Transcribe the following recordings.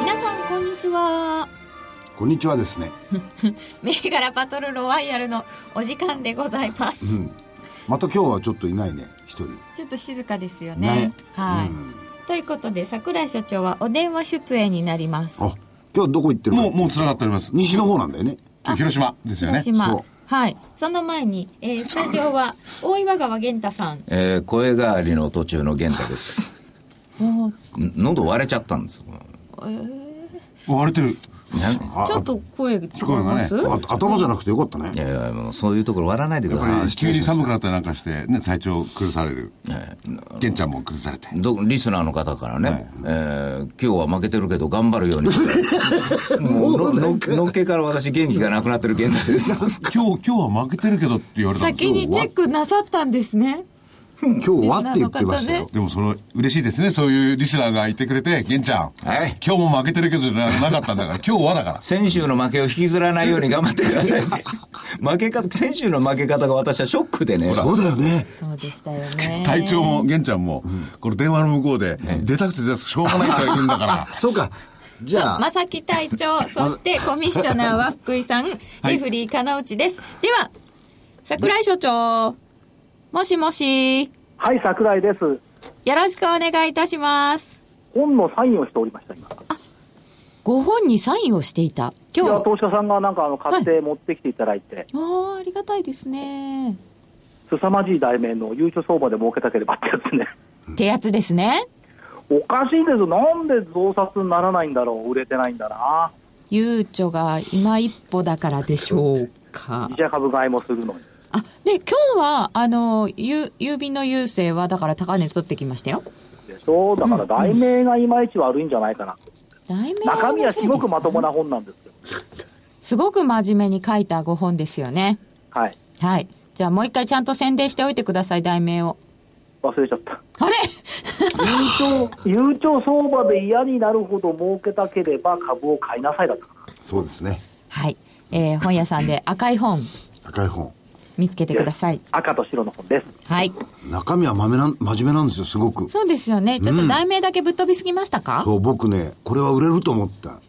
皆さんこんにちはこんにちはですね。銘柄バトルロワイヤルのお時間でございますうん。また今日はちょっといないね、一人。ちょっと静かですよねねはい、うんということで桜井所長はお電話出演になりますあ、今日どこ行ってるかもう、もう繋がっております。西の方なんだよね。広島ですよね広。島、そうはいその前に、えー、スタジオは大岩川源太さんえー声変わりの途中の源太です。 おーん喉割れちゃったんですよ。割れてる。なちょっと声聞こえます、声あ頭じゃなくてよかったいね。やいや、もうそういうところ割らないでくやだっぱさいり、。急に寒くなったりなんかして、ね、体調崩される。玄ちゃんも崩されて。どリスナーの方からね、えー今日は負けてるけど頑張るよう にしてもうのののっけから私元気がなくなってる源太 です。今日、今日は負けてるけどって言われたんです先にチェックなさったんですね今日はって言ってましたよ。でもその、嬉しいですね。そういうリスナーがいてくれて、玄ちゃん。はい今日も負けてるけどじゃなかったんだから、今日はだから。先週の負けを引きずらないように頑張ってください。負け方、先週の負け方が私はショックでね。そうだよね。そうでしたよ ね体調も、玄ちゃんも、この電話の向こうで、出たくて出たくてしょうがないと言うん だから。そうか。じゃあ、正木隊長、そしてコミッショナーは福井さん、レフリー金内です。では、桜井所長、もしもし、はい、桜井です。よろしくお願いいたします。本のサインをしておりました、今。ご本にサインをしていたい今や、日、投資家さんがなんかあの買って持ってきていただいて、あーありがたいですね凄まじい題名の優勝相場で儲けたければってやつね。手厚ですね おかしいです。なんで増刷にならないんだろう。売れてないんだな。ゆうちょが今一歩だからでしょうか自社株買いもするのに。あで今日はあのゆ郵便の郵政はだから高値取ってきましたよでしょだから題名がいまいち悪いんじゃないかな。題名中身はすごくまともなな本なんですよ。すごく真面目に書いたご本ですよねはい。はいじゃあもう一回ちゃんと宣伝しておいてください題名を忘れちゃった。あれ優勝相場で嫌になるほど儲けたければ株を買いなさいだったかな。そうですね。はい、えー本屋さんで赤い本赤い本。見つけてください。赤と白の本です。はい。中身はまめなん真面目なんですよ、すごく。そうですよね。ちょっと題名だけぶっ飛びすぎましたか、そう、僕ね、これは売れると思った。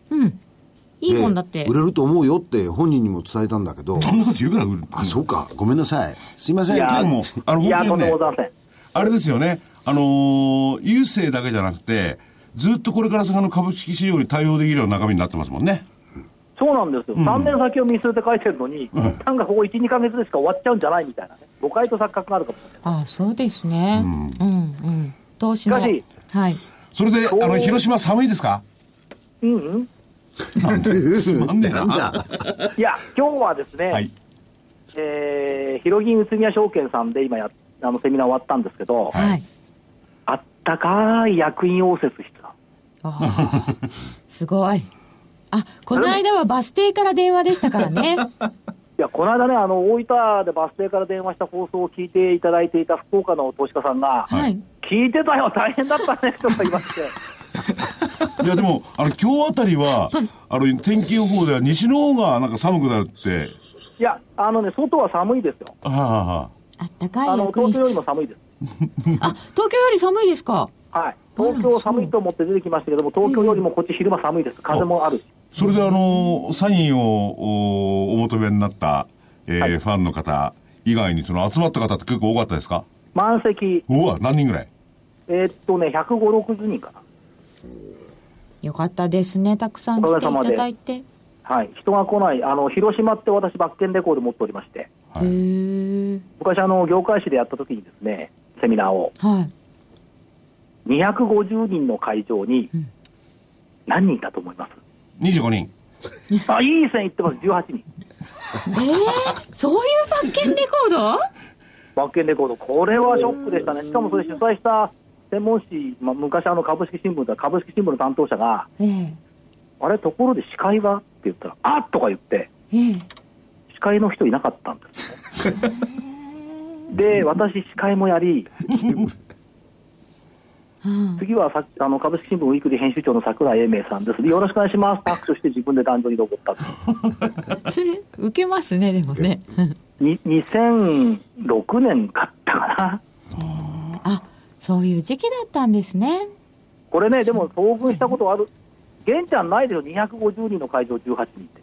いいで本だって売。れると思うよって本人にも伝えたんだけど。そんなこと言うから、うあ、そうか。ごめんなさい。すいません。いやでも、あの、いや、とん本当にでねもございません。あれですよね、あのー、郵政だけじゃなくて、ずっとこれから先の株式市場に対応できるような中身になってますもんね。そうなんですよ、3年先を見据えて書いてるのに、なんかここ1、2か月でしか終わっちゃうんじゃないみたいなね、誤解と錯覚があるかもしれない。ああ、そうですね。うん、うん、投資の。しかしはい。それで、あおーの、広島寒いですかうんうん、なんでなはいや、今日はですね、はい。えー、広銀宇都宮証券さんで今や、あのセミナー終わったんですけど、はい。あったかい役員応接室だああ、すごい。あ、この間はバス停から電話でしたからね。いや、この間ね、あの大分でバス停から電話した放送を聞いていただいていた福岡の投資家さんが、はい。聞いてたよ、大変だったねとか言いまして、いや、でも、あの、今日あたりは、あの、天気予報では西の方がなんか寒くなるって。いや、あのね、外は寒いですよ、はあ、はあはあったかあいの役員東京室よりも寒いです。あ、東京より寒いですか。はい、東京寒いと思って出てきましたけども、東京よりもこっち昼間寒いです、風もあるし、あ、それで、あのー、サインをおお求めになった、えーファンの方以外に、その、集まった方って結構多かったですか満席、うわ、何人ぐらいえーっとね、105、60人かな、よかったですね。たくさん来ていただいて。へはい、人が来ない、あの広島って私、バッケンレコード持っておりまして、はいえ。昔あの、業界誌でやった時にですね、セミナーを、はい。 250人の会場に、何人いたと思います、 ?25 人。あいい線いってます、18人、ええそういうバッケンレコード。バッケンレコード、これはショックでしたね、しかもそれ、主催した専門誌、まあ、昔、あの株式新聞だ、株式新聞の担当者が、 ええあれ、ところで司会はって言ったら、あっとか言って、ええ司会の人いなかったんですねで私司会もやりうん次はさあの株式新聞ウィークリー編集長の桜井英明さんですでよろしくお願いします拍手して自分で壇上に登ったっていうそれ受けますねでもねに2006年買ったかなあそういう時期だったんですねこれねでも遭遇したことある玄ちゃんないでしょ250人の会場18人って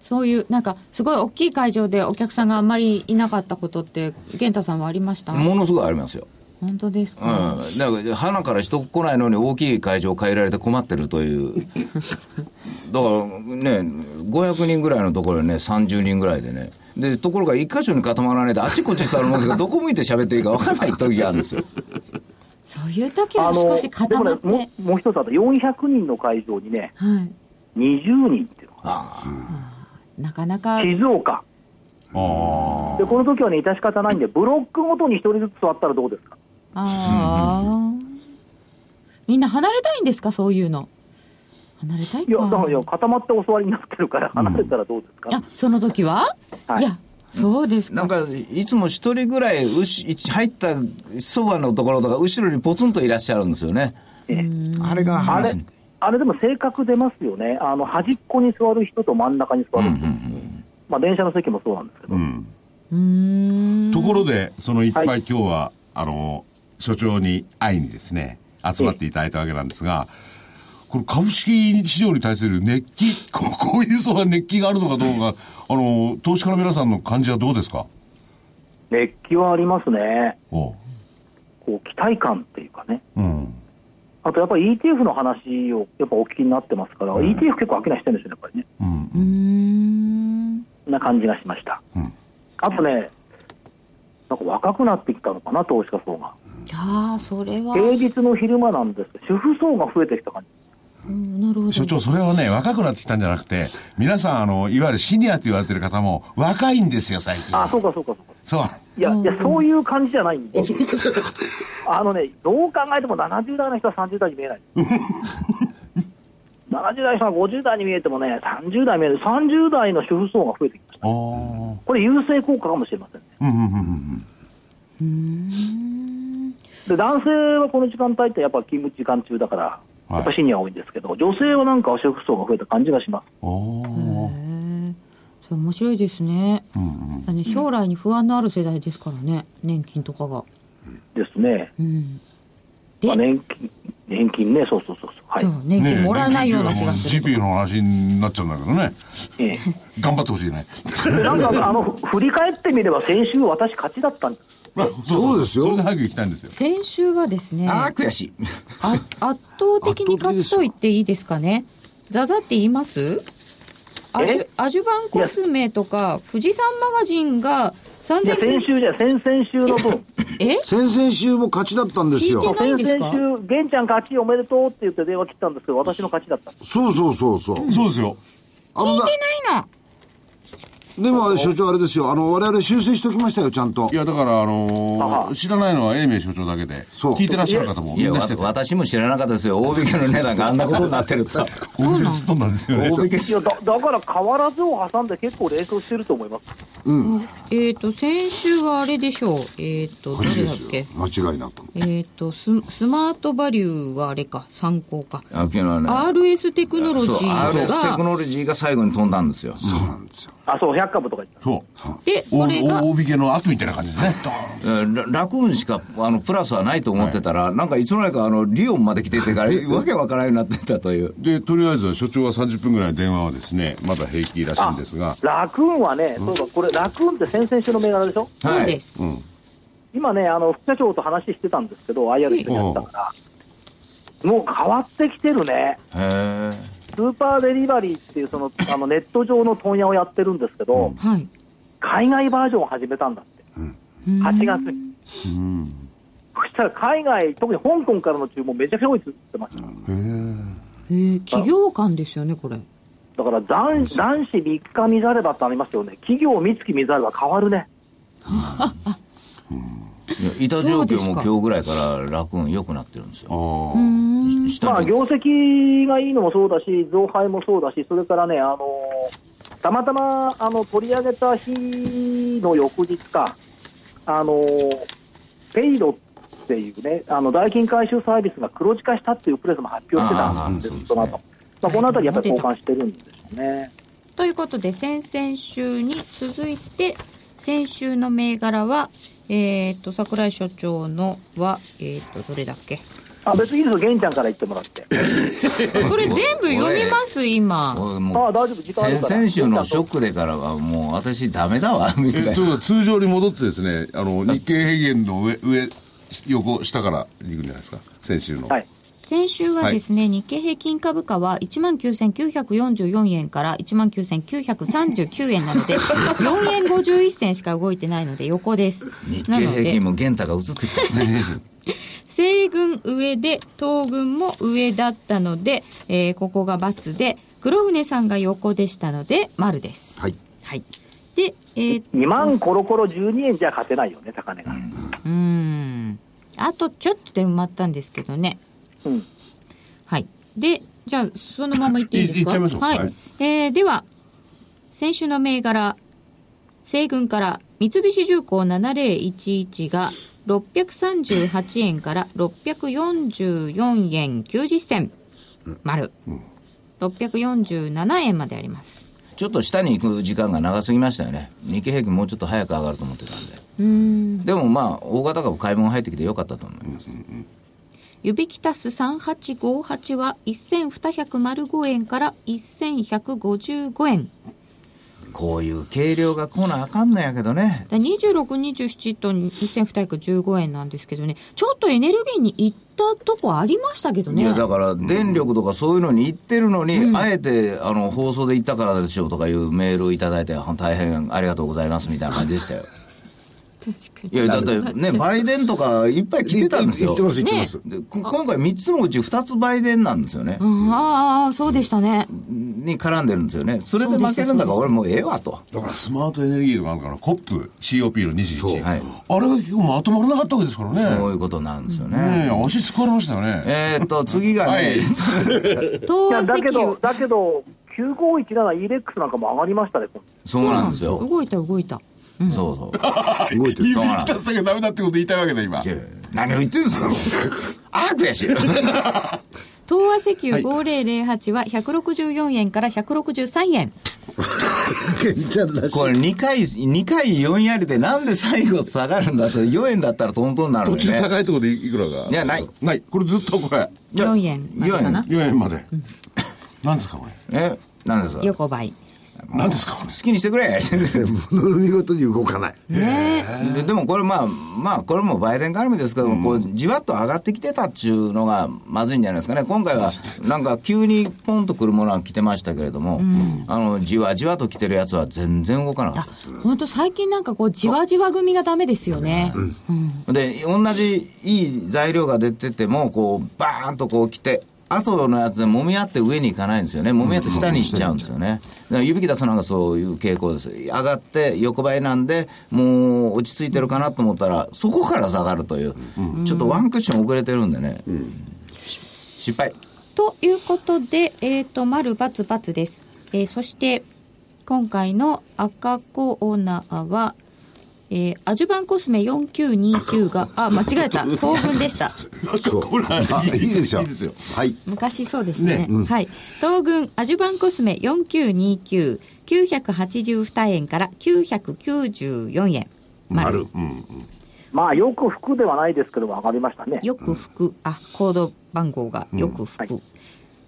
そういうなんかすごい大きい会場でお客さんがあんまりいなかったことって玄太さんはありましたものすごいありますよ。本当ですうか、ん。だから、花から人来ないのに大きい会場を変えられて困ってるという。 だからね、500人ぐらいのところでね、30人ぐらいでね。で、ところが一箇所に固まらないで、あっちこっち伝わるもんですが、どこ向いて喋っていいか分からない時があるんですよ。そういう時は少し固まって、でもねもうもう一つあった400人の会場にねはい20人っていうのが あなかなか静岡あでこの時はね致し方ないんでブロックごとに一人ずつ座ったらどうですかああみんな離れたいんですかそういうの離れたいいやだかからいや固まってお座りになってるから離れたらどうですか、あその時は、はいい、やそうですあ。かなんか、いつも一人ぐらい、うし、入ったそばのところとか、後ろにポツンといらっしゃるんですよね。ええあれがあ話れしにくい。あれでも性格出ますよねあの端っこに座る人と真ん中に座る人、まあ、電車の席もそうなんですけど、あ。うん。うーんところで、そのいっぱい今はい日は、あの、所長に会いにですね、集まっていただいたわけなんですが、この株式市場に対する熱気、 こうこういうそうな熱気があるのかどうか、あの、投資家の皆さんの感じはどうですか熱気はありますねおうこう期待感っていうかねうん。あとやっぱり ETF の話をやっぱお聞きになってますから、ETF 結構飽きないしてるんですよねやっぱりねうん。うーんな感じがしました、んあとねなんか若くなってきたのかな投資家層がああそれは、平日の昼間なんですけど主婦層が増えてきた感じうんなるほど所長、それはね、若くなってきたんじゃなくて、皆さん、あの、いわゆるシニアと言われてる方も、若いんですよ、最近。あそうかそうかそうかそう。いや、いやそういう感じじゃないんであのねどう考えても70代の人は30代に見 えない70代の人は50代に見えてもね30代見える30代の主婦層が増えてきましたああ。これ優勢効果かもしれませんねうんうんうんうん。で男性はこの時間帯ってやっぱ勤務時間中だから、いやっぱシニア多いんですけど女性はなんか主婦層が増えた感じがしますおーそれ面白いですね,、だね将来に不安のある世代ですからね年金とかがですね、うんまあ、で年金年金ねそうそうそうそうはいそう年金もらえないような気がする、 GP の話になっちゃうんだけどね。ええ頑張ってほしいね。なんかあの振り返ってみれば先週私勝ちだったんですまあそうですよそれで早く行きたいんですよ。先週はですねああ、あ悔しい。圧倒的に勝ちと言っていいですかねザザって言いますアジュえアジュバンコスメとか富士山マガジンがいや先3000週じゃない先々週の分え先々週も勝ちだったんです聞いよてないんです先か々週玄ちゃん勝ちおめでとうって言って電話切ったんですけど私の勝ちだったそうそうそうそう、そうですよ。あのなないのでもあれ所長あれですよあの我々修正しておきましたよちゃんといや、だから、あのあー、知らないのは英明所長だけで、そう聞いてらっしゃる方いもみや、んなわしてて、私も知らなかったですよ。大引けの値段があんなことになって るとは。大引けすっ飛んだんですよね。大引けいやだだから変わらずを挟んで結構連想してると思いますえっ、と先週はあれでしょうえっ、とど勝れちでだっすよけ間違いなくえっ、とススマートバリューはあれか参考かあ昨日ね RS テクノロジそう、RS テークがノロジーが最後に飛んだんですよ。そうなんですよあそう100株とか言っそう。でおこれがお大引けの後みたいな感じでね。えーララクーンしかあのプラスはないと思ってたら、なんかいつの間にかあのリオンまで来ててから、わけわからんようになってたという。で、とりあえず、所長は30分ぐらい電話はですね、まだ平気らしいんですが、たラクーンはね、そうだこれラクーンって先々週の銘柄でしょそうです、今ねあの副社長と話してたんですけど IR してやったからもう変わってきてるねへえ。スーパーデリバリーっていうそのあのネット上の問屋をやってるんですけど、はい海外バージョンを始めたんだって、8月に、そしたら海外、特に香港からの注文、めちゃくちゃ多いって言ってました、えー、企業間ですよねこれだから男男子3日見ざればってありますよね、企業三月見ざれば変わるね、いや板状そうで況すもか今日ぐらいからラクーン良くなってるんですよ。下まあ、に業績がいいのもそうだし、増配もそうだし、それからね、あのたまたまあの取り上げた日の翌日か、あのペイロっていうね、あの代金回収サービスが黒字化したっていうプレスも発表してたんですよ、あーその後、そうまあ、このあたりやっぱり交換してるんでしょうね。ということで先々週に続いて先週の銘柄はえっ、と桜井所長のはえっ、とどれだっけあ別にいいですよ、玄ちゃんから言ってもらって。それ全部読みます今俺もうああ大丈夫時間ある先から先週のショックでからはもう私ダメだわみたえいとないうことは通常に戻ってですねあの日経平均の上上横下から行くんじゃないですか先週の、はい先週はですね、日経平均株価は19,944円から19,939円なの で4円51銭しか動いてないので横です日な経の平で均も元太が映ってきたね西軍上で東軍も上だったので、えーここが×で黒船さんが横でしたので丸ですはいはいでえー2万コロコロ12円じゃ勝てないよね、高値が。うーんあとちょっとで埋まったんですけどねうんはいでじゃあそのままいっていいですかいいっちゃいましょうはい、はいえーでは先週の銘柄西軍から三菱重工7011が638円から644円90銭丸、647円までありますちょっと下に行く時間が長すぎましたよね日経平均もうちょっと早く上がると思ってたんでうんでもまあ大型株買い物入ってきてよかったと思います、ユビキタス3858は1205円から1155円こういう計量が来なあかんのやけどねだ2627と1215円なんですけどねちょっとエネルギーに行ったとこありましたけどいねやだから電力とかそういうのに行ってるのに、あえてあの放送で行ったからでしょうとかいうメールをいただいてほん大変ありがとうございますみたいな感じでしたよ確 いやだってねバイデンとかいっぱい来てたんです言よってます、言ってます。でこ今回3つのうち2つバイデンなんですよね、うんああそうでしたねに絡んでるんですよねそれで負けるんだから俺もうええわとだからスマートエネルギーとかあるから COPCOP のそう21、はいあれが結構まとまらなかったわけですからねそういうことなんですよねね、え足使われましたよねえーっと次がね、はいい東や亜だけ石ど油、だけど、9517イレックスなんかも上がりましたね、今そうなんですよ、動いた動いたそうそう動いてる。 指揮立つだけダメだってこと言いたいわけだ今いや何を言ってるんですかああ悔しい東亜石油5008は164円から163円、ケンちゃんらしいこ。れ2回二回4やりでなんで最後下がるんだって4円だったらトントンになる途のに中ね高いところでいくらがいやないないこれずっとこれいや4円までかな4 4円まで、なんですかこれえなんですか好横ばいなんですかこれきにしてくれ物見事に動かない。ねえででもこれまあまあこれもバイデン絡みですけども、こうじわっと上がってきてたっていうのがまずいんじゃないですかね今回はなんか急にポンとくるものは来てましたけれども、あのじわじわと来てるやつは全然動かなかったです本当最近なんかこうじわじわ組がダメですよね、で同じいい材料が出ててもこうバーンとこう来て後のやつで揉み合って上に行かないんですよね揉み合って下にしちゃうんですよねだから指揮出すなんかそういう傾向です上がって横ばいなんでもう落ち着いてるかなと思ったらそこから下がるという、ちょっとワンクッション遅れてるんでね、し失敗ということで、えっ、と、丸バツバツです。えーそして、今回の赤コーナーは、えーアジュバンコスメ4929が、あ、間違え た。東軍でした。あ、いいですよ。いいですよはい。昔そうですね。はい。東軍アジュバンコスメ4929982 982円から994円。丸。まあ、よく服ではないですけども、上がりましたね。よく吹く。あ、コード番号がよく吹はく。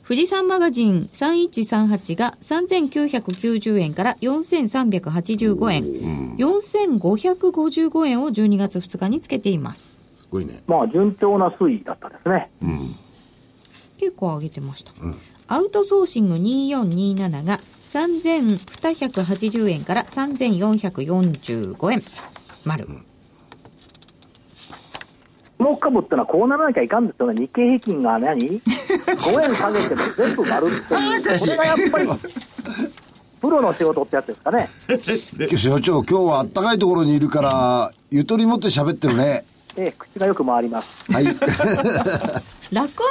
富士山マガジン3138が3990円から4385円、4555円を12月2日につけていますすごいね。まあ、順調な推移だったですね。結構上げてました、アウトソーシング2427が3280円から3445円丸、農家株ってのはこうならなきゃいかんですよね。日経平均が何 ?5 円下げても全部丸 っていう。これがやっぱり、プロの仕事ってやつですかね。所長、今日はあったかいところにいるから、ゆとり持って喋ってるね。ええ、口がよく回ります。はい。楽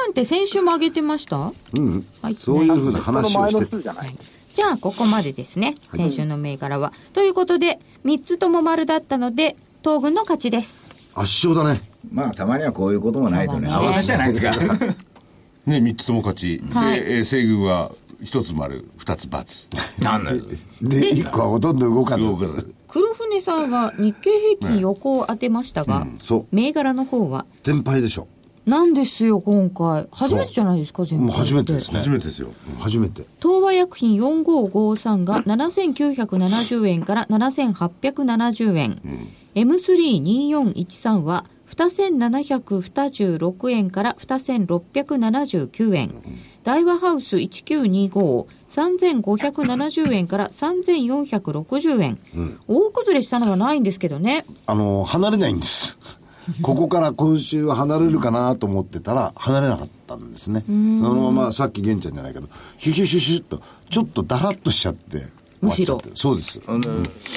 園って先週も上げてました、うんはいそういうふうなその話を前のして。数じゃない。じゃあ、ここまでですね。先週の銘柄は。ということで、3つとも丸だったので、東軍の勝ちです。圧勝だね。まあ、たまにはこういうこともないとね、慌てじゃないですか。ね、3つとも勝ち。はいで、えー西軍は1つ丸、2つ罰。なんだよ。で、一個はほとんど動かず。動かず黒船さんは日経平均横を当てましたが、そう。銘柄の方は、全敗でしょ。なんですよ、今回。初めてじゃないですか、全もう初めてですね。初めてですよ。初めて。東和薬品4553が7970円から7870円、M32413 は2726円から2679円、大和ハウス19253570円から3460円、大崩れしたのはないんですけどねあの、離れないんです。ここから今週は離れるかなと思ってたら、離れなかったんですね。そのまま、さっき玄ちゃんじゃないけど、ヒュヒュヒュヒュっと、ちょっとダラッとしちゃって、むしろ終わっちゃってそうです。あの、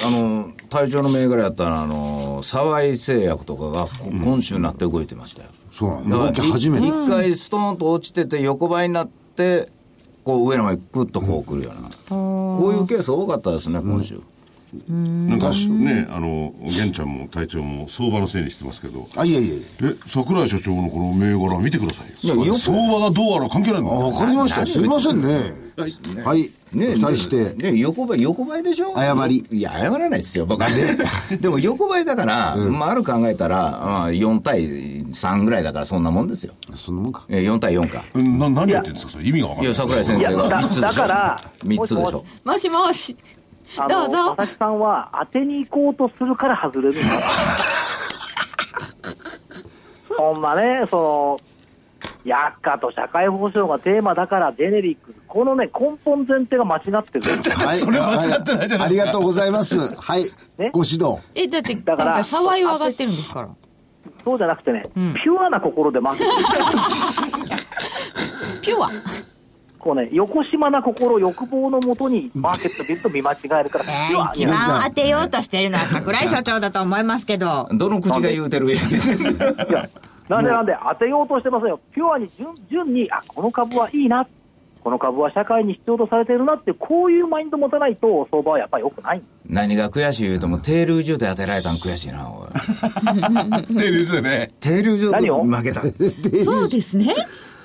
あの体調の銘柄やったら、あの、沢井製薬とかがこ今週になって動いてましたよ。そうなだの。動きから始めて。一回ストーンと落ちてて、横ばいになって、こう上の前にグッとこう来るような。こういうケース多かったですね、今週。なんかね、あの、玄ちゃんも隊長も相場のせいにしてますけど、あ、いやいやいや。え、桜井所長のこの銘柄見てくださいいやよよ。く相場がどうあら関係ないあ、わのかりました。すいませんね。はい。ね二人して。ね横ばい、横ばいでしょ謝りいや、謝らないですよ、僕は。 でも横ばいだから、まあ、ある考えたら、まあ、4対3ぐらいだから、そんなもんですよ。そんなもんか。え4対4か。な何を言ってんですかそれ意味がわいかんや、ない。桜井先いや生がだ3つでしょ。だから3つでしょ。もしもし。あどうぞの、佐々木さんは当てに行こうとするから外れるん だ。ほんまね、その、薬価と社会保障がテーマだからジェネリック、このね、根本前提が間違ってる。 はい。それ間違ってないじゃないですかありがとうございます。はいね。ご指導。え、だって、今だから回、沢井は上がってるんですから。そうじゃなくてね、ピュアな心で負けてる。ピュア。こうね、横島な心、欲望のもとにマーケットビルと見間違えるから、えピュー、アに一番当てようとしてるのは桜井所長だと思いますけど。どの口が言うてる いや、なんでなんで、当てようとしてませんよ、ピュアに順順に、あこの株はいいな、この株は社会に必要とされてるなって、こういうマインド持たないと、相場はやっぱり良くない。何が悔しい言うても、停留所で当てられたん悔しいな、おい。ってるじゃね。停留所何をで負けた。 そうですね。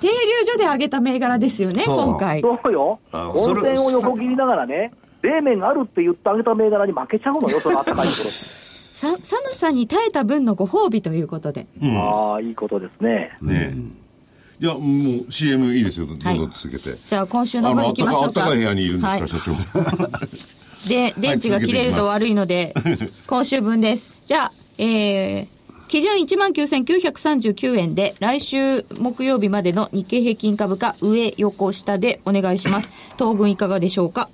停留所で上げた銘柄ですよね、そう今回。そうよ、あ温それ泉を横切りながらね、冷麺あるって言ってあげた銘柄に負けちゃうのよ、その暖かいとこさ寒さに耐えた分のご褒美ということで ろ。ああ、いいことですね。ねいや、もう CM いいですよ。どうぞ続けて。じゃあ今週あの分の、あ行っきたましかょあうっかたかい部屋にいるんですはか、所長。で、電池が切れると悪いので、今週分です。じゃあ、えー、基準19,939円で、来週木曜日までの日経平均株価、上、横、下でお願いします。東軍いかがでしょうか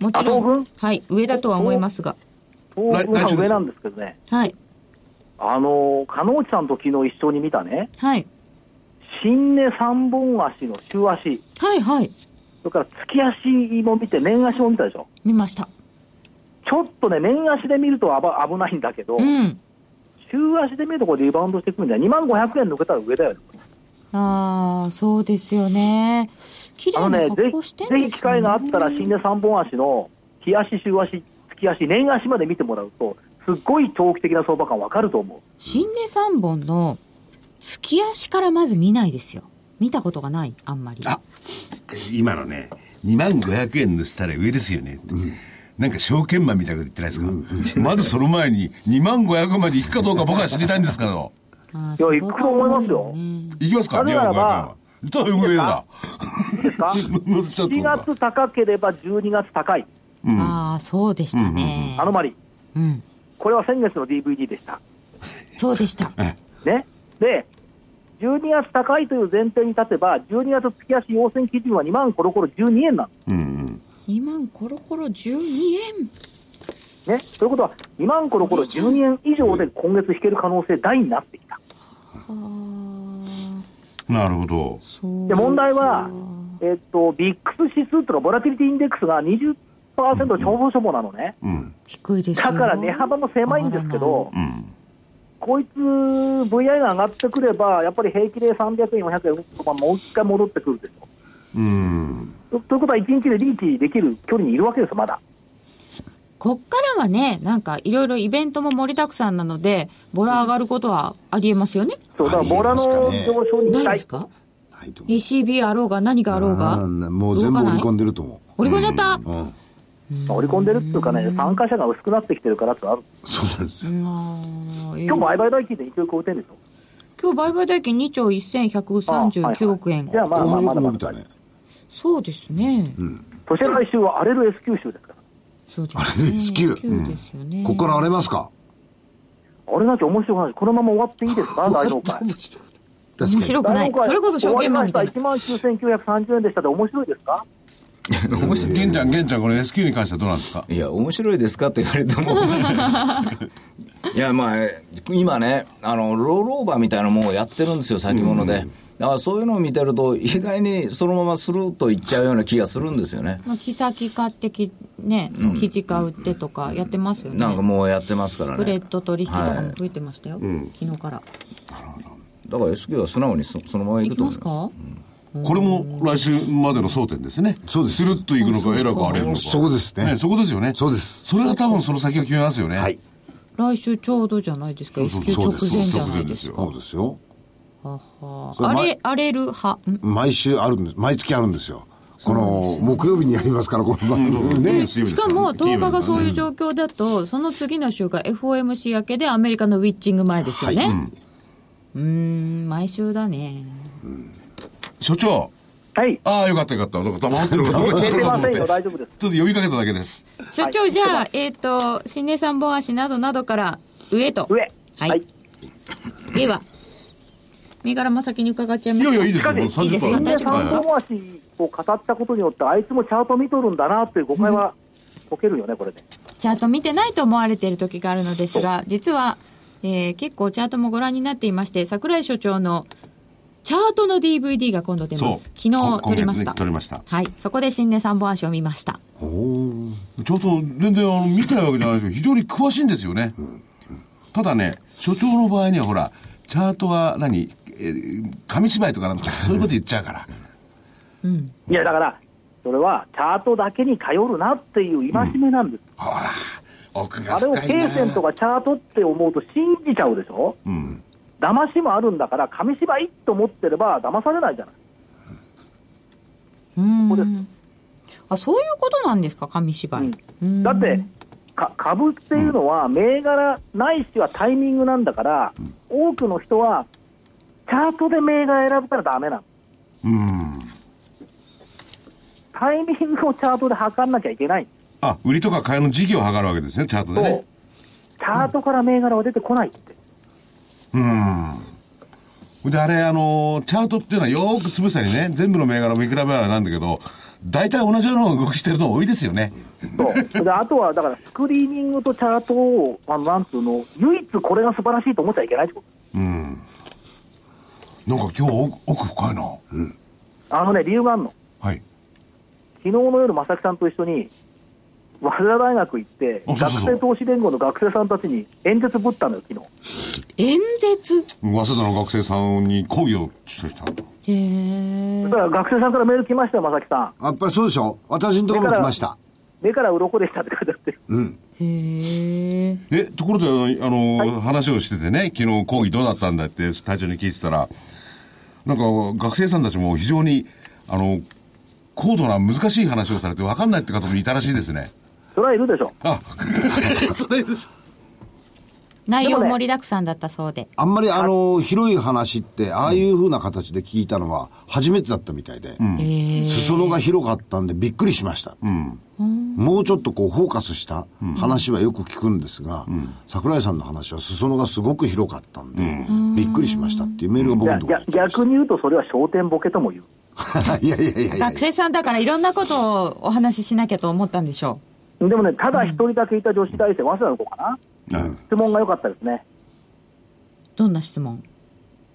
もちろあ東ん軍、はい、上だとは思いますが。東京来が週です上なんですけどね、はい、あの、加納内さんと昨日一緒に見たね、はい、新値三本足の週足、はい、はい、それから月足も見て、年足も見たでしょ。見ました。ちょっとね、年足で見るとあば危ないんだけど、うん。週足で見るとこれリバウンドしてくるんじゃない2万500円抜けたら上だよね。ああ、そうですよね。綺あの麗なね、ぜ格好ひ、してぜんですよねひ機会があったら、新値3本足の、日足、週足、月足、年足まで見てもらうと、すっごい長期的な相場感わかると思新値三本の月足からまず見ないですよ見たことがないあんまりあ 今のね、2万500円のしたら上ですよねって。なんか証券マンみたいなこと言ってないですか。まずその前に2万500まで行くかどうか僕は知りたいんですけど。あいやそこがいくと思いますよ多ね行きますか、2あれな万ら500円はば。だいぶ上だ。う。いいですか乗せちゃったん ?1 だ月高ければ12月高い、ああそうでしたねアノマリ。うんこれは先月の DVD でした。そうでしたね。で、12月高いという前提に立てば、12月月足要請基準は2万コロコロ12円なの。 2万コロコロ12円ね、ということは、2万コロコロ12円以上で今月引ける可能性大になってきた。なるほど。そうで、問題は、えっと、ビックス指数とかボラティリティインデックスが20%消防署もなのね。うん。低いですよだから値幅も狭いんですけど、こいつ、VI が上がってくれば、やっぱり平気で300円、400円、まあもう一回戻ってくるでしょ。うん。とということは、1日でリーチできる距離にいるわけですよ、まだ。こっからはね、なんかいろいろイベントも盛りだくさんなので、ボラ上がることはありえますよね。そうだからボラの上昇に期ないで待す、かはい、と思う ?ECB あろうが何があろうが。なんだもう全部織り込んで。でると思織り込んじゃった、う。うん。まあ織り込んでるっていうかね、参加者が薄くなってきてるからってある、そうなんですよ。あーえー今日も売買代金で1億打てるんでしょ。今日売買代金2兆1139億円。じゃあまあ後まあ半よまくだ伸まびだた。ね。そうですね。そして来週は荒れる S q 州ですから。そうであすれね。ね、スキュ9ー。ですよね。ここから荒れますかあれなきゃ面白くない。このまま終わっていいで すか、大納会。確面かに。白くない。それこそ証券マンみたいな。 1万9930円でしたで面白いですかもし、玄ちゃん、玄ちゃん、この S q に関してはどうなんですかいや、面白いですかって言われて も。いや、まあ、今ね、あの、ロールオーバーみたいなものをやってるんですよ、先物で。だからそういうのを見てると、意外にそのままスルーといっちゃうような気がするんですよね。まあ、木先買ってき、ね、記事買うってとかやってますよね。なんかもうやってますからスね。プレッド取引とかもはい増えてましたよ。昨日から。だから S q は素直にそそのままいいくきとま思いすます。かこれも来週までの争点ですね。そうですスルッといくのか、えらく荒れるのか。そこですねそこですよね。そうですそれが多分その先を決めますよね。はい。。来週ちょうどじゃないですか。そう S そう級直前じゃないです直前ですよか。そうですよ。はそれ荒前れ、荒れる派。ん毎週あるんです。毎月あるんですよ。この、木曜日にやりますから、この番組ね。ねでしかも10日がそういう状況だと、その次の週が FOMC 明けでアメリカのウィッチング前ですよね。うーん、毎週だね。所長。はい。ああ、よかったよかった。なんか黙ってるから。寝てませんちょよ、っと大丈夫です。呼びかけただけです。所長、じゃあ、えっ、と、新年三本足などなどから上と。上。ははいい。では、銘柄も先に伺っちゃいいますやかいや、いいですよ。しかもうし30分いいで、ですか三はい本足を語ったことによって、あいつもチャート見とるんだなという誤解は解けるよね、これで。チャート見てないと思われている時があるのですが、実は、えー結構チャートもご覧になっていまして、桜井所長のチャートの DVD が今度出まそうす。昨日撮りまし今月た。ね撮りましたはい。そこで新年三本足を見ました。おーちょっと全然あの見てないわけじゃないですけど、非常に詳しいんですよね。ただね、所長の場合にはほら、チャートは何、えー紙芝居とかなんか、そういうこと言っちゃうから。いや、だから、それはチャートだけに頼るなっていう戒めなんです。ほら、奥があれを深いな K 線とかチャートって思うと信じちゃうでしょうん。騙しもあるんだから、紙芝居と思ってれば騙されないじゃない。うここでん。あ、そういうことなんですか、紙芝居。うんだって、か株っていうのは、銘柄ないしはタイミングなんだから、多くの人は、チャートで銘柄選ぶからダメなの。うん。タイミングをチャートで測んなきゃいけない。あ、売りとか買いの時期を測るわけですね、チャートでと、ね。チャートから銘柄は出てこないって。うん。で、あれ、あのーチャートっていうのはよーくつぶさにね、全部の銘柄を見比べらなんだけど、大体同じようなのが動きしてるの多いですよね。そう。で、あとは、だから、スクリーニングとチャートを、あの、なんつうの、唯一これが素晴らしいと思っちゃいけないってこと。うん。なんか今日奥奥深いな。あのね、理由があるの。はい。昨日の夜、正木さんと一緒に、早稲田大学行って、あそうそうそう学生投資連合の学生さんたちに演説ぶったのよ、昨日。演説。早稲田の学生さんに講義をしてきたんだへえ。だから学生さんからメール来ましたよ、正木さん。やっぱりそうでしょ私のところも来ました。目から鱗でしたって書いてあって。うん。へえ。え、ところで、あの、話をしててね、昨日講義どうだったんだって、隊長に聞いてたら、なんか、学生さんたちも非常に、あの、高度な難しい話をされて分かんないって方もいたらしいですね。それはいるでしょ。 あ、それでしょ内容でもね盛りだくさんだったそうで。あんまりあの、広い話って、ああいう風な形で聞いたのは初めてだったみたいで、へえ。裾野が広かったんでびっくりしました。もうちょっとこうフォーカスした話はよく聞くんですが、桜井さんの話は裾野がすごく広かったんで、びっくりしましたっていうメールがい僕やのところ逆に来てまし逆に言うと、それは焦点ボケとも言う。た。 いやいやいやいや学生さんだからいろんなことをお話ししなきゃと思ったんでしょでもね、ただ一人だけいた女子大生、早稲田の子かな、うん質問が良かったですね。う。どんな質問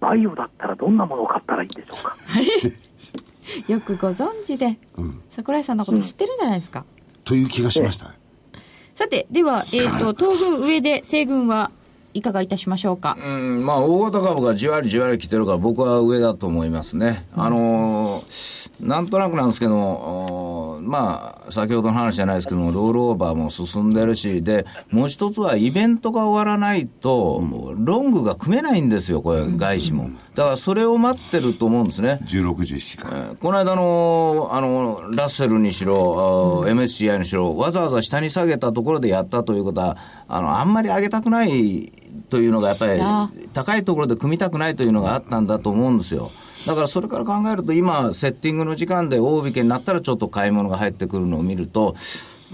バイオだったらどんなものを買ったらいいでしょうか。よくご存知で、桜井さんのこと知ってるんじゃないですか。という気がしました。 さて、では、えっ、と、東宮上で西軍は、いかがいたしましょうか。うん、まあ、大型株がじわりじわり来てるから、僕は上だと思いますね。あのーなんとなくなんですけども、おーまあ、先ほどの話じゃないですけども、ロールオーバーも進んでるし、で、もう一つはイベントが終わらないと、ロングが組めないんですよ、これ、外資も。だから、それを待ってると思うんですね。 16、17か。えーこの間のあのラッセルにしろ、あー MSCI にしろ、わざわざ下に下げたところでやったということは、あのあんまり上げたくないというのが、やっぱり高いところで組みたくないというのがあったんだと思うんですよ。だからそれから考えると、今、セッティングの時間で大引けになったら、ちょっと買い物が入ってくるのを見ると、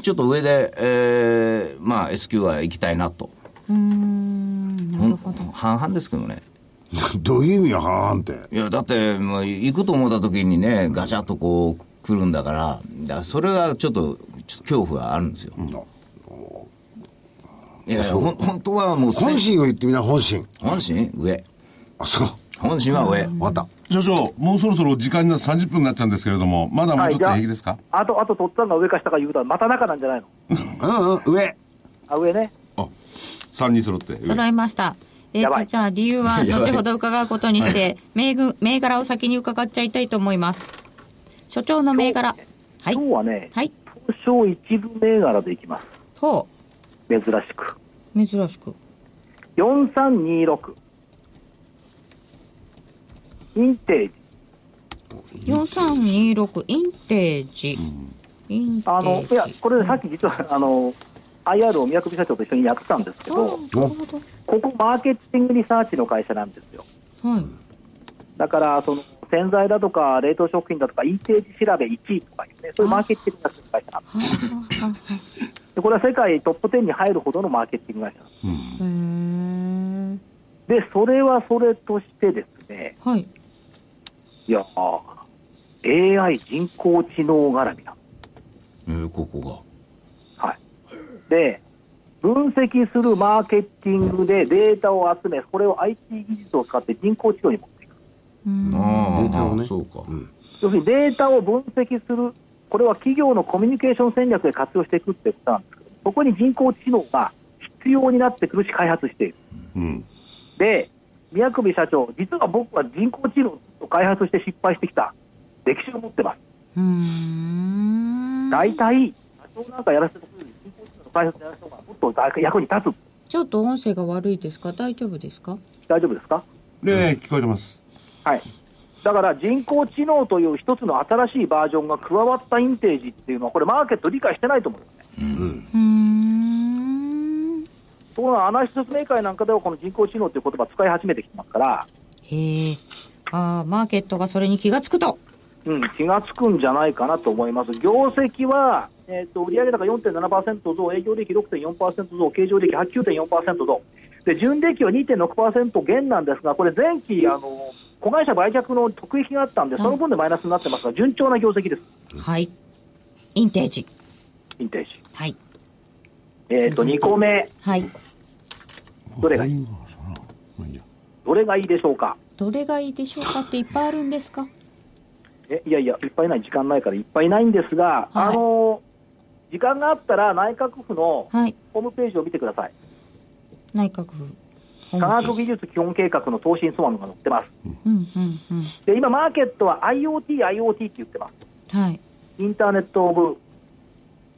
ちょっと上で、えーまあ、S q は行きたいなと、うーん、なほるんほど。半々ですけどね。どういう意味や、はーんって。いや、だって、もう、行くと思った時にね、ガチャッとこう、来るんだから、だからそれはちょっと、ちょっと恐怖があるんですよ。いやいや、ほん本当はもう、本心を言ってみな、本心。本心上。あ、そう。本心は上。わかった。所長、もうそろそろ時間になって30分になっちゃうんですけれども、まだもうちょっと平気ですか、あと、あと、とっつぁんが上か下か言うことは、また中なんじゃないのうんうん、上。あ、上ね。あ、3人揃って。揃えました。えっ、やばと、いじゃあ理由はやばい後ほど伺うことにして、銘柄銘柄を先に伺っちゃいたいと思います。所長の銘柄。はい今。日はね、はい。東証一部銘柄でいきます。ほ珍しく。う。珍しく。 4326。インテージ。 4326、インテージ。インテあの、ーいジ。や、これさっき実は、 あの、IR を宮首社長と一緒にやってたんですけど、あなるほど。ここマーケティングリサーチの会社なんですよ。はい。だから、その、洗剤だとか、冷凍食品だとか、インテージ調べ1位とかいうね、そういうマーケティング会社なんですよはあはあはあでこれは世界トップ10に入るほどのマーケティング会社なんでうーん。すで、それはそれとしてですね、はい。いやー、AI 人工知能絡みなんでえーここすはい。で、分析するマーケティングでデータを集め、それを IT 技術を使って人工知能に持っていく。が。あデータをねそうか。要するにデータを分析する、これは企業のコミュニケーション戦略で活用していくってことなんですけど、そこに人工知能が必要になってくるし、開発している。うん。で、宮首社長、実は僕は人工知能を開発して失敗してきた歴史を持ってます。うーん。大体、社長なんかやらせてくれる人工知能の開発やらせた方がもっと大役に立つ。ちょっと音声が悪いですか大丈夫ですか大丈夫ですかで、聞こえてます。はい。だから人工知能という一つの新しいバージョンが加わったインテージっていうのは、これマーケット理解してないと思うんですね。うーん。ところがアナリシスメーカーなんかではこの人工知能という言葉使い始めてきてますから、へえ。ああ、マーケットがそれに気がつくと。うん、気がつくんじゃないかなと思います。業績は、えー、と売上高4.7%増、営業利益6.4%増、経常利益9.4%増。で、純利益は2.6%減なんですが、これ前期、あの、子会社売却の得益があったんで、その分でマイナスになってますが、順調な業績です。はい。インテージ。インテージ。はい。えっ、と、2個目、はい。どれがいいどれがいいでしょうかどれがいいでしょうかっていっぱいあるんですかえいやいや、いっぱいない、時間ないからいっぱいないんですが、はいあの時間があったら内閣府のはい。ホームページを見てください、内閣府。科科学技術基本計画の答申素案が載ってます、うんうんうん。で今、マーケットは IoT、IoT って言ってます、はい。インターネット・オブ・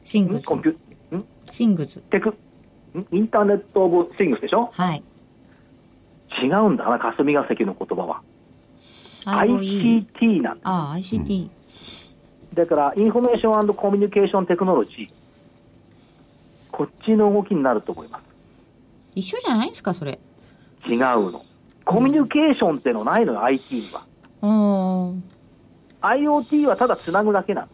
シングんズコ。ンピュんシングズ。テク、んインターネット・オブ・シングスでしょ、はい。違うんだな、霞が関の言葉は、 IOE。 ICT なんだ、ああ、ICT。だからインフォメーションコミュニケーション・テクノロジー、こっちの動きになると思います。一緒じゃないんですかそれ。違うの。コミュニケーションってのないのよ、IT には。ああ。 IoT はただつなぐだけな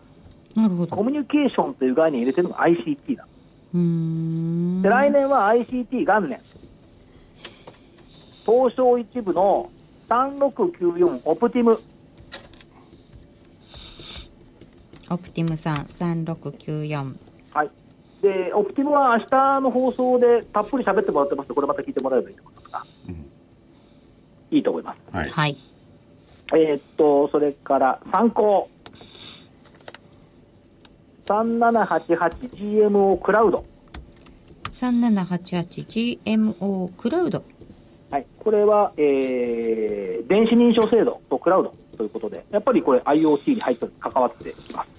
の。なるほど。コミュニケーションという概念入れてるのが ICT なうーんの。で、。来年は ICT 元年。東証一部の3694オプティム。オプティムさん、3694。はい。で、オプティムは明日の放送でたっぷり喋ってもらってますので、これまた聞いてもらえればいいと思いますが。いいと思います。はい。はい。えーっと、それから参考。3788GMO クラウド。 3788GMO クラウドはい、これは、えー電子認証制度とクラウドということで、やっぱりこれ、IoT に入って関わってきます。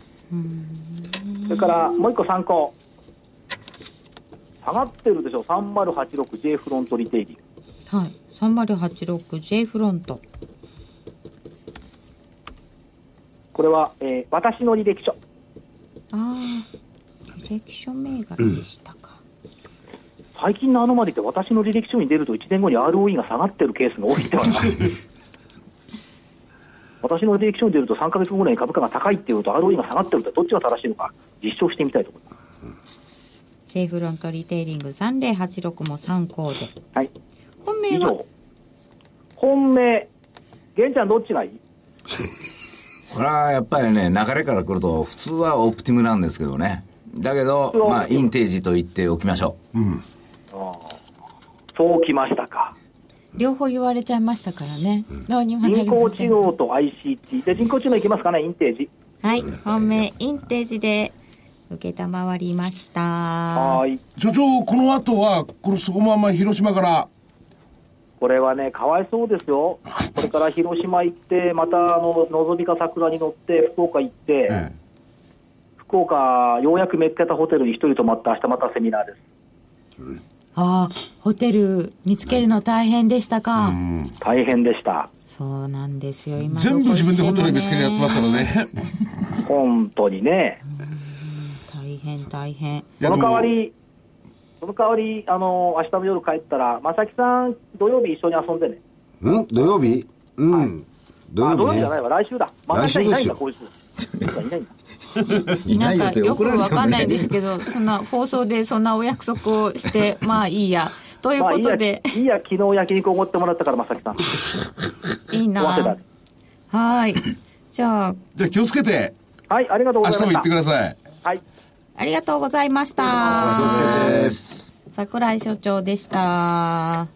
それからもう一個参考、下がってるでしょ、3086J フロントリテイリング、はい、3086J フロント。これは、えー私の履歴書、ああ、履歴書銘柄でしたか。最近のアノマリって、私の履歴書に出ると1年後に ROE が下がってるケースが多いではない 私の履歴書に出ると3か月後ぐらいに株価が高いっていうのと ROE が下がってるってどっちが正しいのか実証してみたいと思います。 J フロントリテイリング3086も参考で。はい本以命は上本命玄ちゃんどっちがいいこれはやっぱりね、流れから来ると、普通はオプティムなんですけどね。だけど普通は、オプティムまあ、インテージと言っておきましょう。。そうきましたか両方言われちゃいましたからね、どうにもなり人ま工せ知ん能と ICT で人工知能いきますかねインテージはい、本命インテージで承りました。はーい所長、この後は、このそこまんま広島から、これはねかわいそうですよこれから広島行ってまたあののぞみか桜に乗って福岡行って、え福岡ようやくめっけたホテルに一人泊まって明日またセミナーですああホテル見つけるの大変でしたか、大変でしたそうなんですよ、今。全部自分でホテル見つけてやってますからね。本当にね大変大変。いやそのでも代わりその代わりあの明日の夜帰ったら正木さん土曜日一緒に遊んでねうん土曜日うん、土あ、土曜曜日日ねじゃないわ、来週だ。また来週いでないすんだ、よ今週。 いないんだ。なんかよくわかんないですすけど、そんな放送でそんなお約束を して、まあいいや。というまあ、こいいや、とで、いいや、昨日焼肉おごってもらったから、正木さん。いい早稲田なで。はい。じゃあ、じゃあ気をつけて、はい、ありがとう明ござい日まも行したってく。ださい。はい。ありがとうございました。桜井所長でした。はい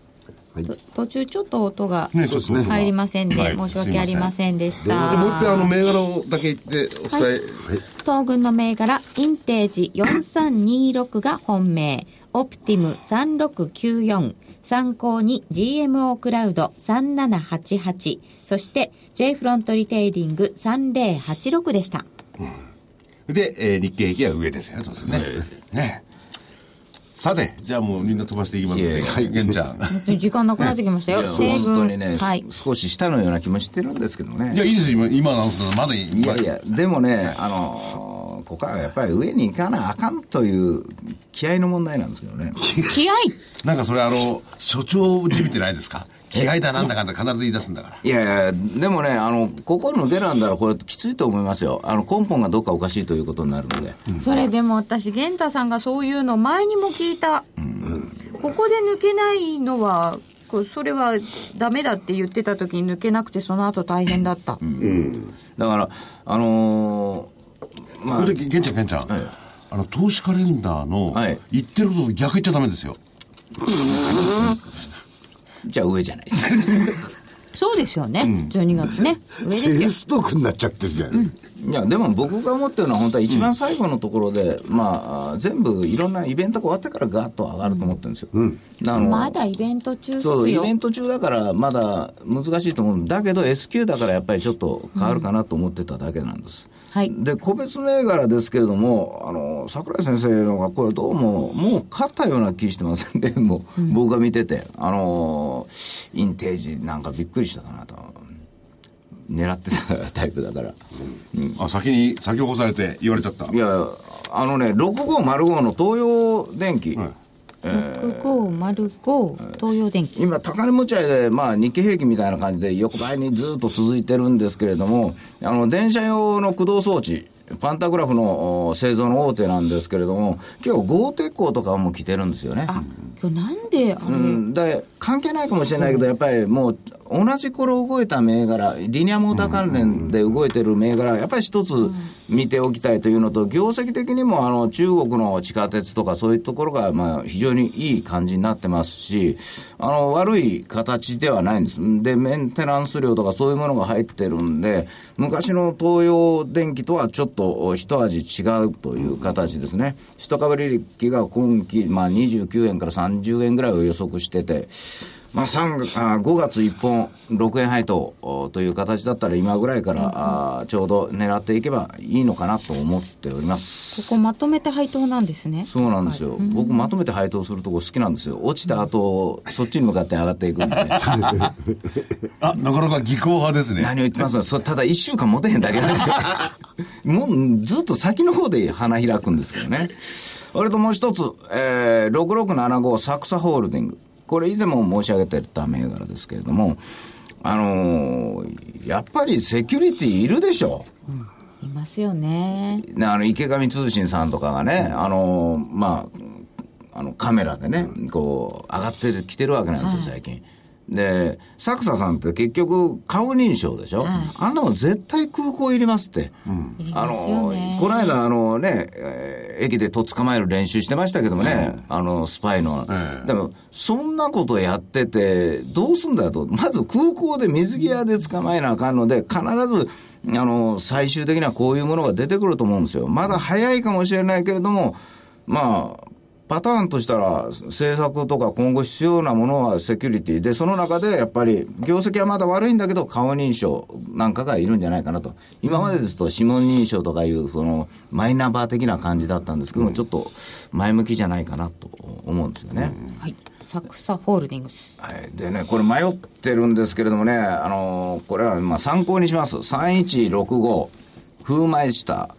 と途中ちょっと音がね、ちょっすとね入りませんで、はい申し訳ありませんでしでもう一た。遍あの銘柄をだけ言ってお伝え、東軍の銘柄、インテージ4326が本命、オプティム3694、参考に GMO クラウド3788、そして J フロントリテイリング3086でした。で、えー日経平均は上ですよね当然ねねさてじゃあもうみんな飛ばしていきますいえいねえはい玄ちゃん時間なくなってきましたいよや。西本当にね軍。、はい。少し下のような気もしてるんですけどね。いやいいですよ今今なんすけどまだいいいやいや、でもね、あのー、ここはやっぱり上に行かなあかんという気合の問題なんですけどね。気合なんかそれあの所長じみてないですか気合だなんだかんだ必ず言い出すんだから いやいや、でもね、あの、ここ抜けなんだらこれきついと思いますよ。あの、根本がどっかおかしいということになるので。それでも私、玄太さんがそういうの前にも聞いた。ここで抜けないのは、こうそれはダメだって言ってた時に抜けなくて、その後大変だった。だから、あのーまそあれ、で玄ちゃん玄ちゃん、はいあの投資カレンダーのはい言ってることと逆言っちゃダメですよじゃあ上じゃないです。そうですよね。12月ね。上ですセよールストークになっちゃってるじゃない、 いや、でも僕が思ってるのは本当は一番最後のところで、まあ、全部いろんなイベントが終わってからガーッと上がると思ってるんですよ。あのまだイベント中っすそう、イよベ。ント中だから、まだ難しいと思うんだけど、S q だからやっぱりちょっと変わるかなと思ってただけなんです。はいで、個別銘柄ですけれども、あの、桜井先生のが、これどうも、もう勝ったような気してませんね、 もう、僕が見てて。あの、インテージなんかびっくりしたかなと。狙ってたタイプだから。あ先に先を越されて言われちゃったいや、あのね、6505の東洋電機。 6505、東洋電機。今、高値持ち合いで、まあ、日経平均みたいな感じで、横ばいにずっと続いてるんですけれども、あの電車用の駆動装置、パンタグラフのお製造の大手なんですけれども、今日豪鉄鋼とかも来てるんですよね。あ、今日なんで、あうれ、ん、で関係ないかもしれないけど、やっぱりもう、同じ頃動いた銘柄、リニアモーター関連で動いてる銘柄、やっぱり一つ見ておきたいというのと、業績的にもあの中国の地下鉄とかそういうところがまあ非常にいい感じになってますし、あの悪い形ではないんです。で、メンテナンス料とかそういうものが入ってるんで、昔の東洋電機とはちょっと一味違うという形ですね。一株利益が今期、まあ29円から30円ぐらいを予測してて、まあ、三月あ5月1本6円配当おという形だったら今ぐらいから、あちょうど狙っていけばいいのかなと思っておりますここまとめて配当なんですねそうなんですよ、僕まとめて配当するとこ好きなんですよ落ちた後、そっちに向かって上がっていくんで、ね、あ、なかなか技巧派です何をね。言ってますのそれただ1週間持てへんだけなん ですよもうずっと先の方で花開くんですけどねそれともう一つ、えー、6675サクサホールディングこれ以前も申し上げてた銘柄ですけれどもあのーやっぱりセキュリティいるでしょいますよねねあの池上通信さんとかがね、あのまあ、あのカメラでね、こう上がってきてるわけなんですよ、最近。で、サクサさんって結局、顔認証でしょ、あんなもん絶対空港いりますって、いりあますよのねこの間あの、ねえー駅でとっ捕まえる練習してましたけどもね、あのスパイの、ええでも、そんなことやってて、どうすんだよと、まず空港で水際で捕まえなあかんので、必ずあの最終的にはこういうものが出てくると思うんですよ、まだ早いかもしれないけれども、まあ、パターンとしたら、政策とか今後必要なものはセキュリティで、その中でやっぱり、業績はまだ悪いんだけど、顔認証なんかがいるんじゃないかなと、今までですと指紋認証とかいう、そのマイナンバー的な感じだったんですけども、ちょっと前向きじゃないかなと思うんですよね。はいサクサホールディングスはい、でね、これ迷ってるんですけれどもね、あのーこれはまあ参考にします。3165、風前した。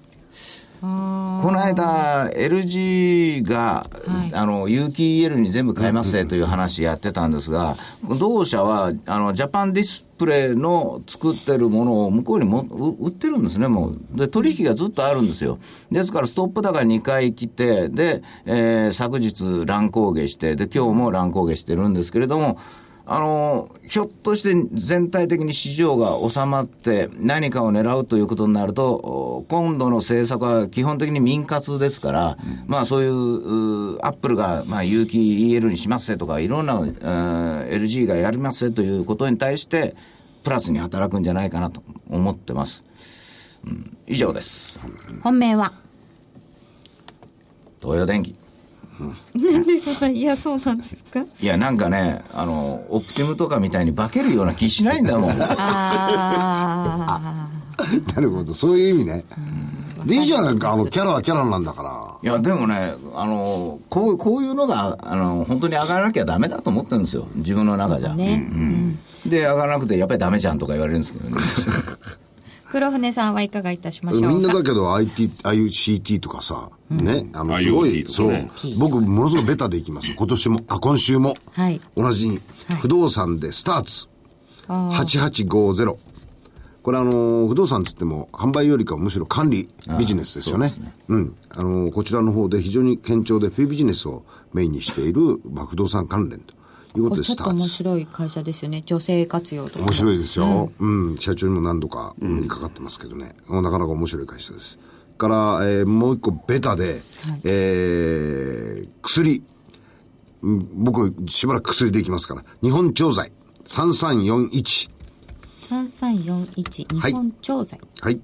あこの間、LG が、はいあの、有機 EL に全部変えますねという話やってたんですが、同社は、あの、ジャパンディスプレイの作ってるものを向こうにもう売ってるんですね、もう。で、取引がずっとあるんですよ。ですから、ストップ高2回来て、で、えー昨日乱高下して、で、今日も乱高下してるんですけれども、あの、ひょっとして全体的に市場が収まって何かを狙うということになると、お今度の政策は基本的に民活ですから、まあそういう、うアップルが、まあ有機 EL にしますせとか、いろんな、うん LG がやりますせということに対して、プラスに働くんじゃないかなと思ってます。うん、以上です。本命は東洋電機。なんでそんないやそうなんですかいや、なんかね、あの、オプティムとかみたいに化けるような気しないんだもん。あなるほど、そういう意味ね。でいいじゃないか、あの、キャラはキャラなんだから。いや、でもね、あの、こう、こういうのが、あの、本当に上がらなきゃダメだと思ってるんですよ。自分の中じゃ。あね、で、上がらなくて、やっぱりダメじゃんとか言われるんですけどね。黒船さんはいかがいたしましょうかみんなだけど IT、ああいう CT とかさ、ね、あの、すご IoT い、とそかうね、僕、ものすごいベタでいきます。今年も、あ、今週も、はい同じに、不動産でスターツ、8850。これあの、不動産つっても、販売よりかはむしろ管理ビジネスですよね。うん。あの、こちらの方で非常に堅調で、フィービジネスをメインにしている、まあ、不動産関連ということで、ちょスっタとー面ツ。白い会社ですよね女性活用とか面白いですよ、うん社長にも何度かお目にかかってますけどね、なかなか面白い会社ですから、えーもう一個ベタで、えー薬うん僕しばらく薬でいきますから日本調剤3341 3341はい日本調剤、はい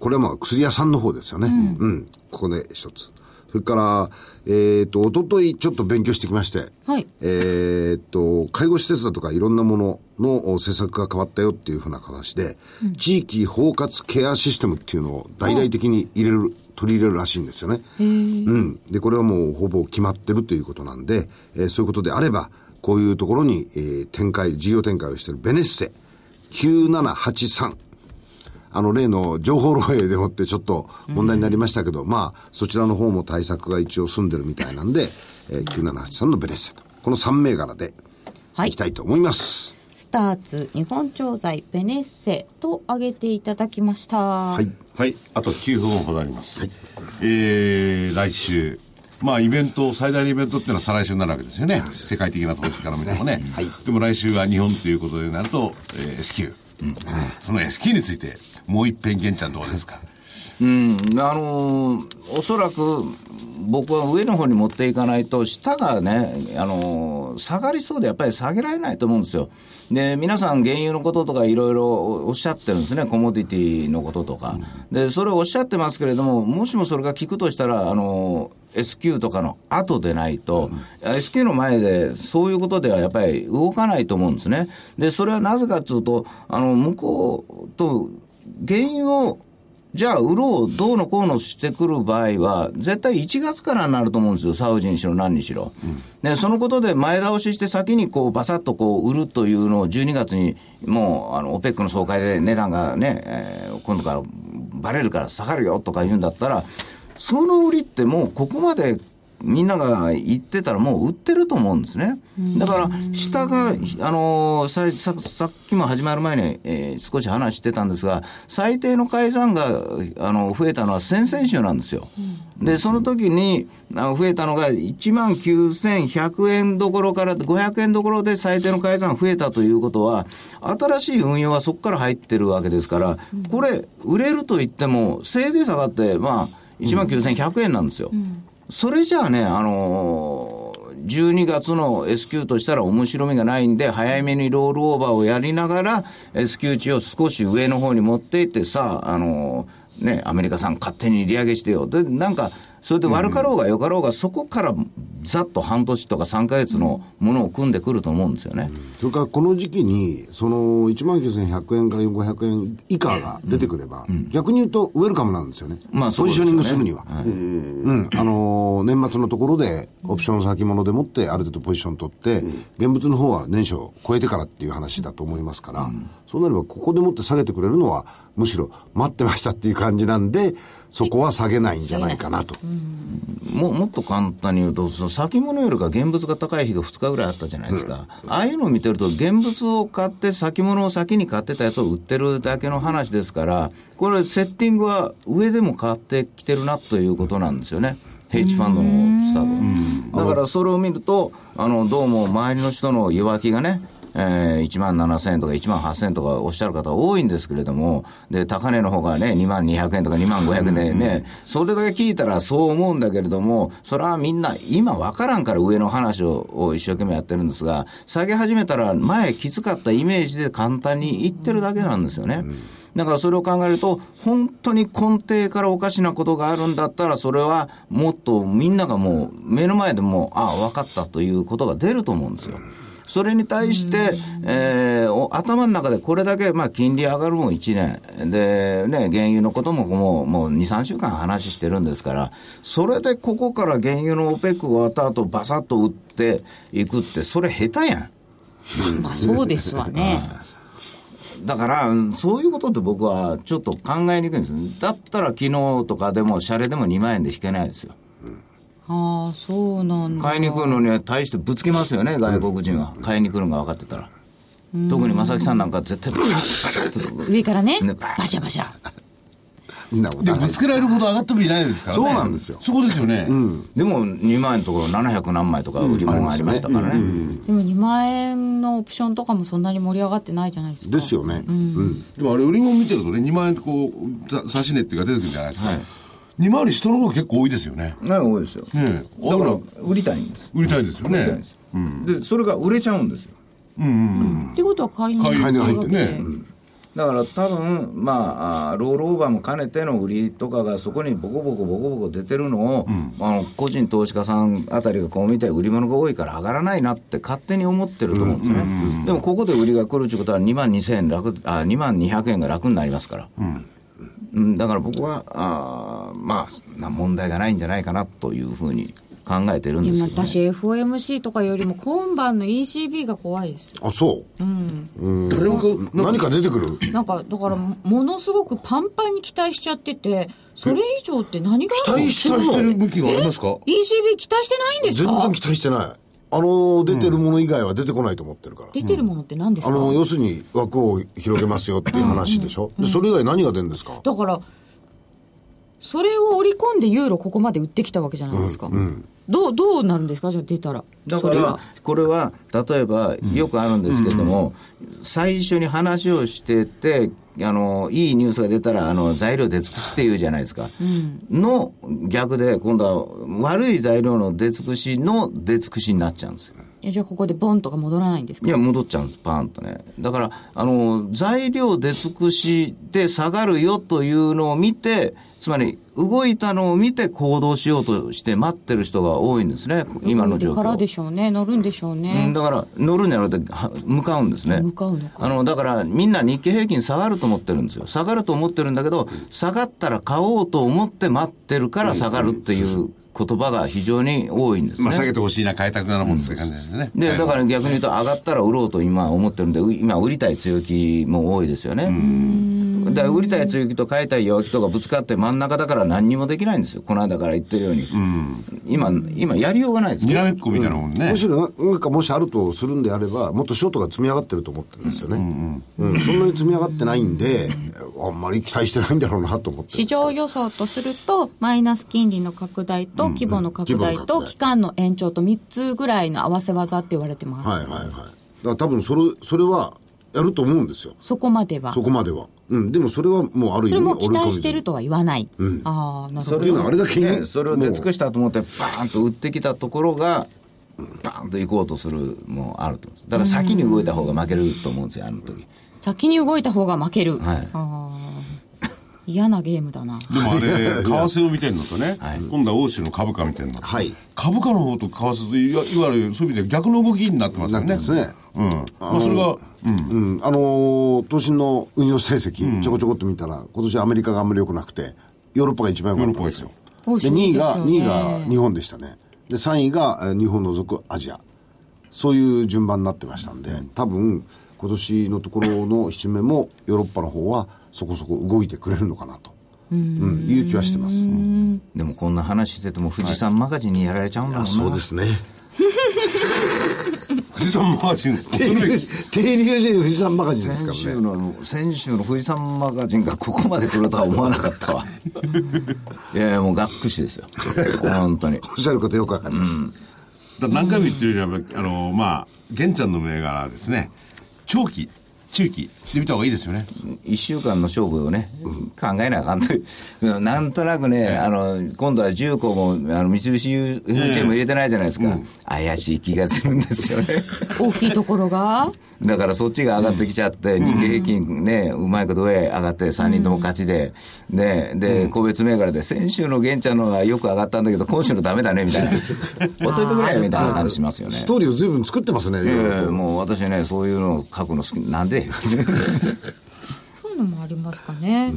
これはまあ薬屋さんの方ですよねうん、ここで一つそれからえっ、とおとといちょっと勉強してきましてはいえーっと、介護施設だとかいろんなもののお施策が変わったよっていうふうな話で、地域包括ケアシステムっていうのを大々的に入れる、取り入れるらしいんですよね。うん。で、これはもうほぼ決まってるということなんで、えーそういうことであれば、こういうところに、えー展開、事業展開をしているベネッセ9783。あの例の情報漏洩でもってちょっと問題になりましたけど、まあそちらの方も対策が一応済んでるみたいなんで、えー、9783のベネッセと。この3銘柄ではいいきたいと思います。スターツ日本調剤ベネッセと挙げていただきましたはい。はい、あと9分ほどあります。えー、来週、まあ、イベント、最大のイベントっていうのは再来週になるわけですよね。世界的な投資家から見てもね。でも来週は日本ということになると、えー S q その S q について、もう一遍、玄ちゃんどうですかうん、あのーおそらく僕は上の方に持っていかないと、下がね、あのー下がりそうで、やっぱり下げられないと思うんですよ。で、皆さん、原油のこととかいろいろおっしゃってるんですね、コモディティのこととか。で、それをおっしゃってますけれども、もしもそれが効くとしたら、あのー S q とかの後でないと、S q の前で、そういうことではやっぱり動かないと思うんですね。で、それはなぜかというと、あの、向こうと、原油を、じゃあ、売ろう、どうのこうのしてくる場合は、絶対1月からになると思うんですよ、サウジにしろ、何にしろ。で、そのことで前倒しして、先にこう、バサッとこう、売るというのを、12月に、もう、あの、オペックの総会で値段がね、えー今度からバレるから下がるよとか言うんだったら、その売りってもう、ここまでみんなが言ってたらもう売ってると思うんですね。だから、下が、あのーささ、さっきも始まる前に、えー少し話してたんですが、最低の改ざんが、あの、増えたのは先々週なんですよ。で、その時に、あの増えたのが1万9100円どころから、500円どころで最低の改ざん増えたということは、新しい運用はそこから入ってるわけですから、これ、売れると言っても、せいぜい下がって、まあ、1万9100円なんですよ。それじゃあね、あのー12月の S q としたら面白みがないんで、早めにロールオーバーをやりながら、S q 値を少し上の方に持っていって、さあ、あのーね、アメリカさん勝手に利上げしてよ。で、なんか、それで悪かろうが良かろうが、そこからざっと半年とか3ヶ月のものを組んでくると思うんですよね。それからこの時期に、その1万9100円から500円以下が出てくれば、逆に言うとウェルカムなんですよね、まあそうポでジすショニよねングするには。うんあのー年末のところで、オプション先物でもって、ある程度ポジション取って、現物の方は年初を超えてからっていう話だと思いますから、そうなれば、ここでもって下げてくれるのは、むしろ待ってましたっていう感じなんで、そこは下げないんじゃないかなと。ももっと簡単に言うと、その先物よりか現物が高い日が2日ぐらいあったじゃないですか、ああいうのを見てると、現物を買って、先物を先に買ってたやつを売ってるだけの話ですから、これ、セッティングは上でも変わってきてるなということなんですよね。ヘッジファンドのスタート。だからそれを見ると、あの、どうも周りの人の弱気がね、えー、1万7000円とか1万8000円とかおっしゃる方多いんですけれども、で、高値の方がね、2万200円とか2万500円でね、それだけ聞いたらそう思うんだけれども、それはみんな今わからんから上の話をを一生懸命やってるんですが、下げ始めたら前きつかったイメージで簡単に言ってるだけなんですよね。だからそれを考えると、本当に根底からおかしなことがあるんだったら、それはもっとみんながもう目の前でもう、ああ、分かったということが出ると思うんですよ。それに対して、えーお頭の中でこれだけ、まあ、金利上がるも1年、で、ね、原油のことももうもう2、3週間話してるんですから、それでここから原油のオペックが終わった後、バサッと売っていくって、それ下手やん。まあそうですわね。だから、うんそういうことって僕はちょっと考えにくいんですねだったら昨日とかでも、シャレでも2万円で引けないですよ。ああ、そうなんだ。買いに来るのには対してぶつけますよね、外国人は。買いに来るのが分かってたら。特に正木さんなんか絶対ブサッと上からねねバーン、バシャバシャ。みんなおで、互いぶつけられるほど上がってもいないですからね。そうなんですよそこですよね。でも2万円のところ700何枚とか売り物がありましたからね。でも2万円のオプションとかもそんなに盛り上がってないじゃないですか。ですよね。うんでもあれ、売り物見てるとね、2万円ってこう、さ差し値っていうか出てくるじゃないですか。2万円下の方が結構多いですよね。ね多いですよ。ねえだかだからら売りたいんです。売りたいですよ売りたいんねです。。で、それが売れちゃうんですよ。ってことは買いに買いに入ってわけるね。だから多分まああーロールオーバーも兼ねての売りとかがそこにボコボコボコボコ出てるのを、あの個人投資家さんあたりがこう見て売り物が多いから上がらないなって勝手に思ってると思うんですね、でもここで売りが来るということは2万2000円楽あ2万200円が楽になりますから、うんだから僕はあーまあな問題がないんじゃないかなというふうに考えてるんでですもけど、ね、私 FOMC とかよりも今晩の ECB が怖いですあ、そう。うん。誰もこう何か出てくるなんかだからものすごくパンパンに期待しちゃっててそれ以上って何があるの期待し下してる武器がありますか ECB 期待してないんです全か然期待してない。あの、出てるもの以外は出てこないと思ってるから。出てるものって何ですあか、の、要するに枠を広げますよっていう話でしょ。で、それ以外何が出るんですかだからそれを織り込んでユーロここまで売ってきたわけじゃないですか、どう、どうなるんですかじゃあ出たら。だかそれらは、これは、例えば、よくあるんですけども、最初に話をしてて、あの、いいニュースが出たら、あの、材料出尽くしって言うじゃないですか。の逆で、今度は、悪い材料の出尽くしの出尽くしになっちゃうんですよ。えじゃあここでボンとか戻らないんですかいや、戻っちゃうんです、パーンとね。だから、あの、材料出尽くしで下がるよというのを見て、つまり、動いたのを見て行動しようとして待ってる人が多いんですね、今の状況。でからでしょうね乗るんでしょううんね、だから乗るんじゃなくては向かうんですね向かうのかあのだからみんな日経平均下がると思ってるんですよ下がると思ってるんだけど下がったら買おうと思って待ってるから下がるっていう言葉が非常に多いんですね、まあ、下げてほしいな、買いたくなるもんって感じですね。、で、だからら逆に言うと、上がったら売ろうと今思ってるんで、う今、売りたい強気も多いですよね。だから売りたい強気と買いたい弱気とかぶつかって真ん中だから何にもできないんですよ。この間から言ってるように。今、今やりようがないですによらめっこみたいなもんね。むしろななんかもしあるとするんであればもっとショートが積み上がってると思ってるんですよね、うんそんなに積み上がってないんであんまり期待してないんだろうなと思って市るんですけど場予想とすると、マイナス金利の拡大と規模の拡大規模の拡と大期間の延長と3つぐらいの合わせ技って言われてます。はいはいはいだから多分それそれはやると思うんですよそこまでは。そこまではうんでもそれはもうあるそれ意味も期待込みしてるとは言わない。ああ、なるそほれっていど。うのはあれだけね、それを出尽もくしたと思って、バーンと売ってきたところが、バーンと行こうとするもあると思うんですだから先に動いた方が負けると思うんですよ、あの時先に動いた方が負ける。はいああ、嫌なゲームだな。でもあれ、為替を見てるのとねはい、今度は欧州の株価見てるのとはい株価の方と為替といわ、いわゆるそういう意味で逆の動きになってますようなね。んですねうん。まあ、それが、ううん。ん、あのー、投資の運用成績、ちょこちょこっと見たら、今年アメリカがあんまり良くなくて、ヨーロッパが一番良かったんです よ。ヨーロッで、パが2一位番が、多い2ですよ位ねが日本でしたね。で、3位がえー日本を除くアジア。そういう順番になってましたんで、多分、今年のところの引き締めも、ヨーロッパの方はそこそこ動いてくれるのかなと、うん、いう気はしてます。でもこんな話してても、富士山マガジンにやられちゃうんだもんな、すね。富士山マージン、停留停留所に富士山マガジンです先から週ね。の、先週の富士山マガジンがここまで来るとは思わなかったわ。いやいや、もうがっくしですよ。本当おに。っしゃることよくわかります。だから何回も言ってるよりは、あの、まあ、玄ちゃんの銘柄はですね、長期、中期で見た方がいいですよね。 1週間の勝負をね、考えなあかんという、そのなんとなくね、あの今度は重工もあの三菱 UFJ も入れてないじゃないですか、怪しい気がするんですよね。大きいところが、だからそっちが上がってきちゃって、日経平均ね、うまいこと上へ上がって、3人とも勝ちで、ね、で、個別銘柄で、先週の玄ちゃんのがよく上がったんだけど、今週のダメだね、みたいな。ほっといてくれよ、みたいな感じしますよね。ストーリーを随分作ってますね。ええもう私ね、そういうのを書くの好き、なん でそういうのもありますかね。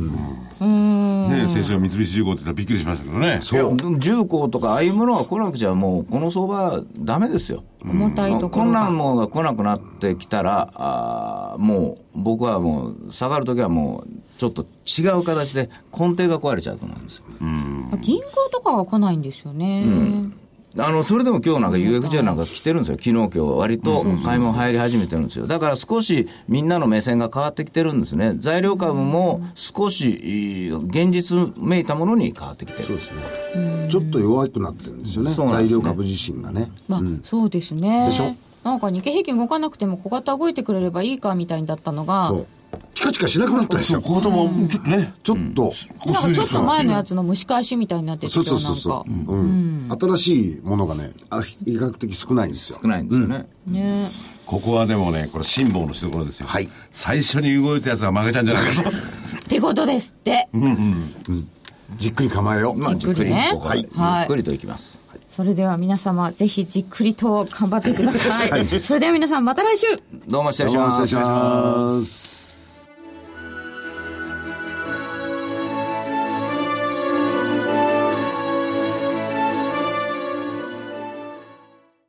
うん。んね、先週は三菱重工って言ったらびっくりしましたけどね。いや重工とかああいうものが来なくちゃもうこの相場ダメですよ。重たいとこころんがな。ものが来なくなってきたら、あーもう僕はもう下がるときはもうちょっと違う形で根底が壊れちゃうと思うんですよ。あ銀行とかは来ないんですよね。あの、それでも今日なんか UFJ なんか来てるんですよ。昨日今日割と買い物入り始めてるんですよ。だから少しみんなの目線が変わってきてるんですね。材料株も少しえー現実めいたものに変わってきてそうる。ですね。ちょっと弱くなってるんですよね。そうなんで材すね料株自身がね。まあ、そうですね。でしょなんか日経平均動かなくても小型動いてくれればいいかみたいだったのが、そう。チカチカしなくなったでしそょう、。小型もちょっとね、ちょっと。こなこんか数ちょっ日とは。前のやつの蒸し返しみたいになっててそうそうそうそう。うん。新しいものがね、あ比較的少ないんですよ少。ないんですよね。ね。ここはでもね、これ辛抱のしどころですよ。はい最初に動いたやつは負けちゃうんじゃないかと。ってことですって。じっくり構えよう。まあ、じっくりねここははいゆっくりといきます。それでは皆様、ぜひじっくりと頑張ってください。それでは皆さん、また来週どうも失礼しどうもま失礼しす。ます。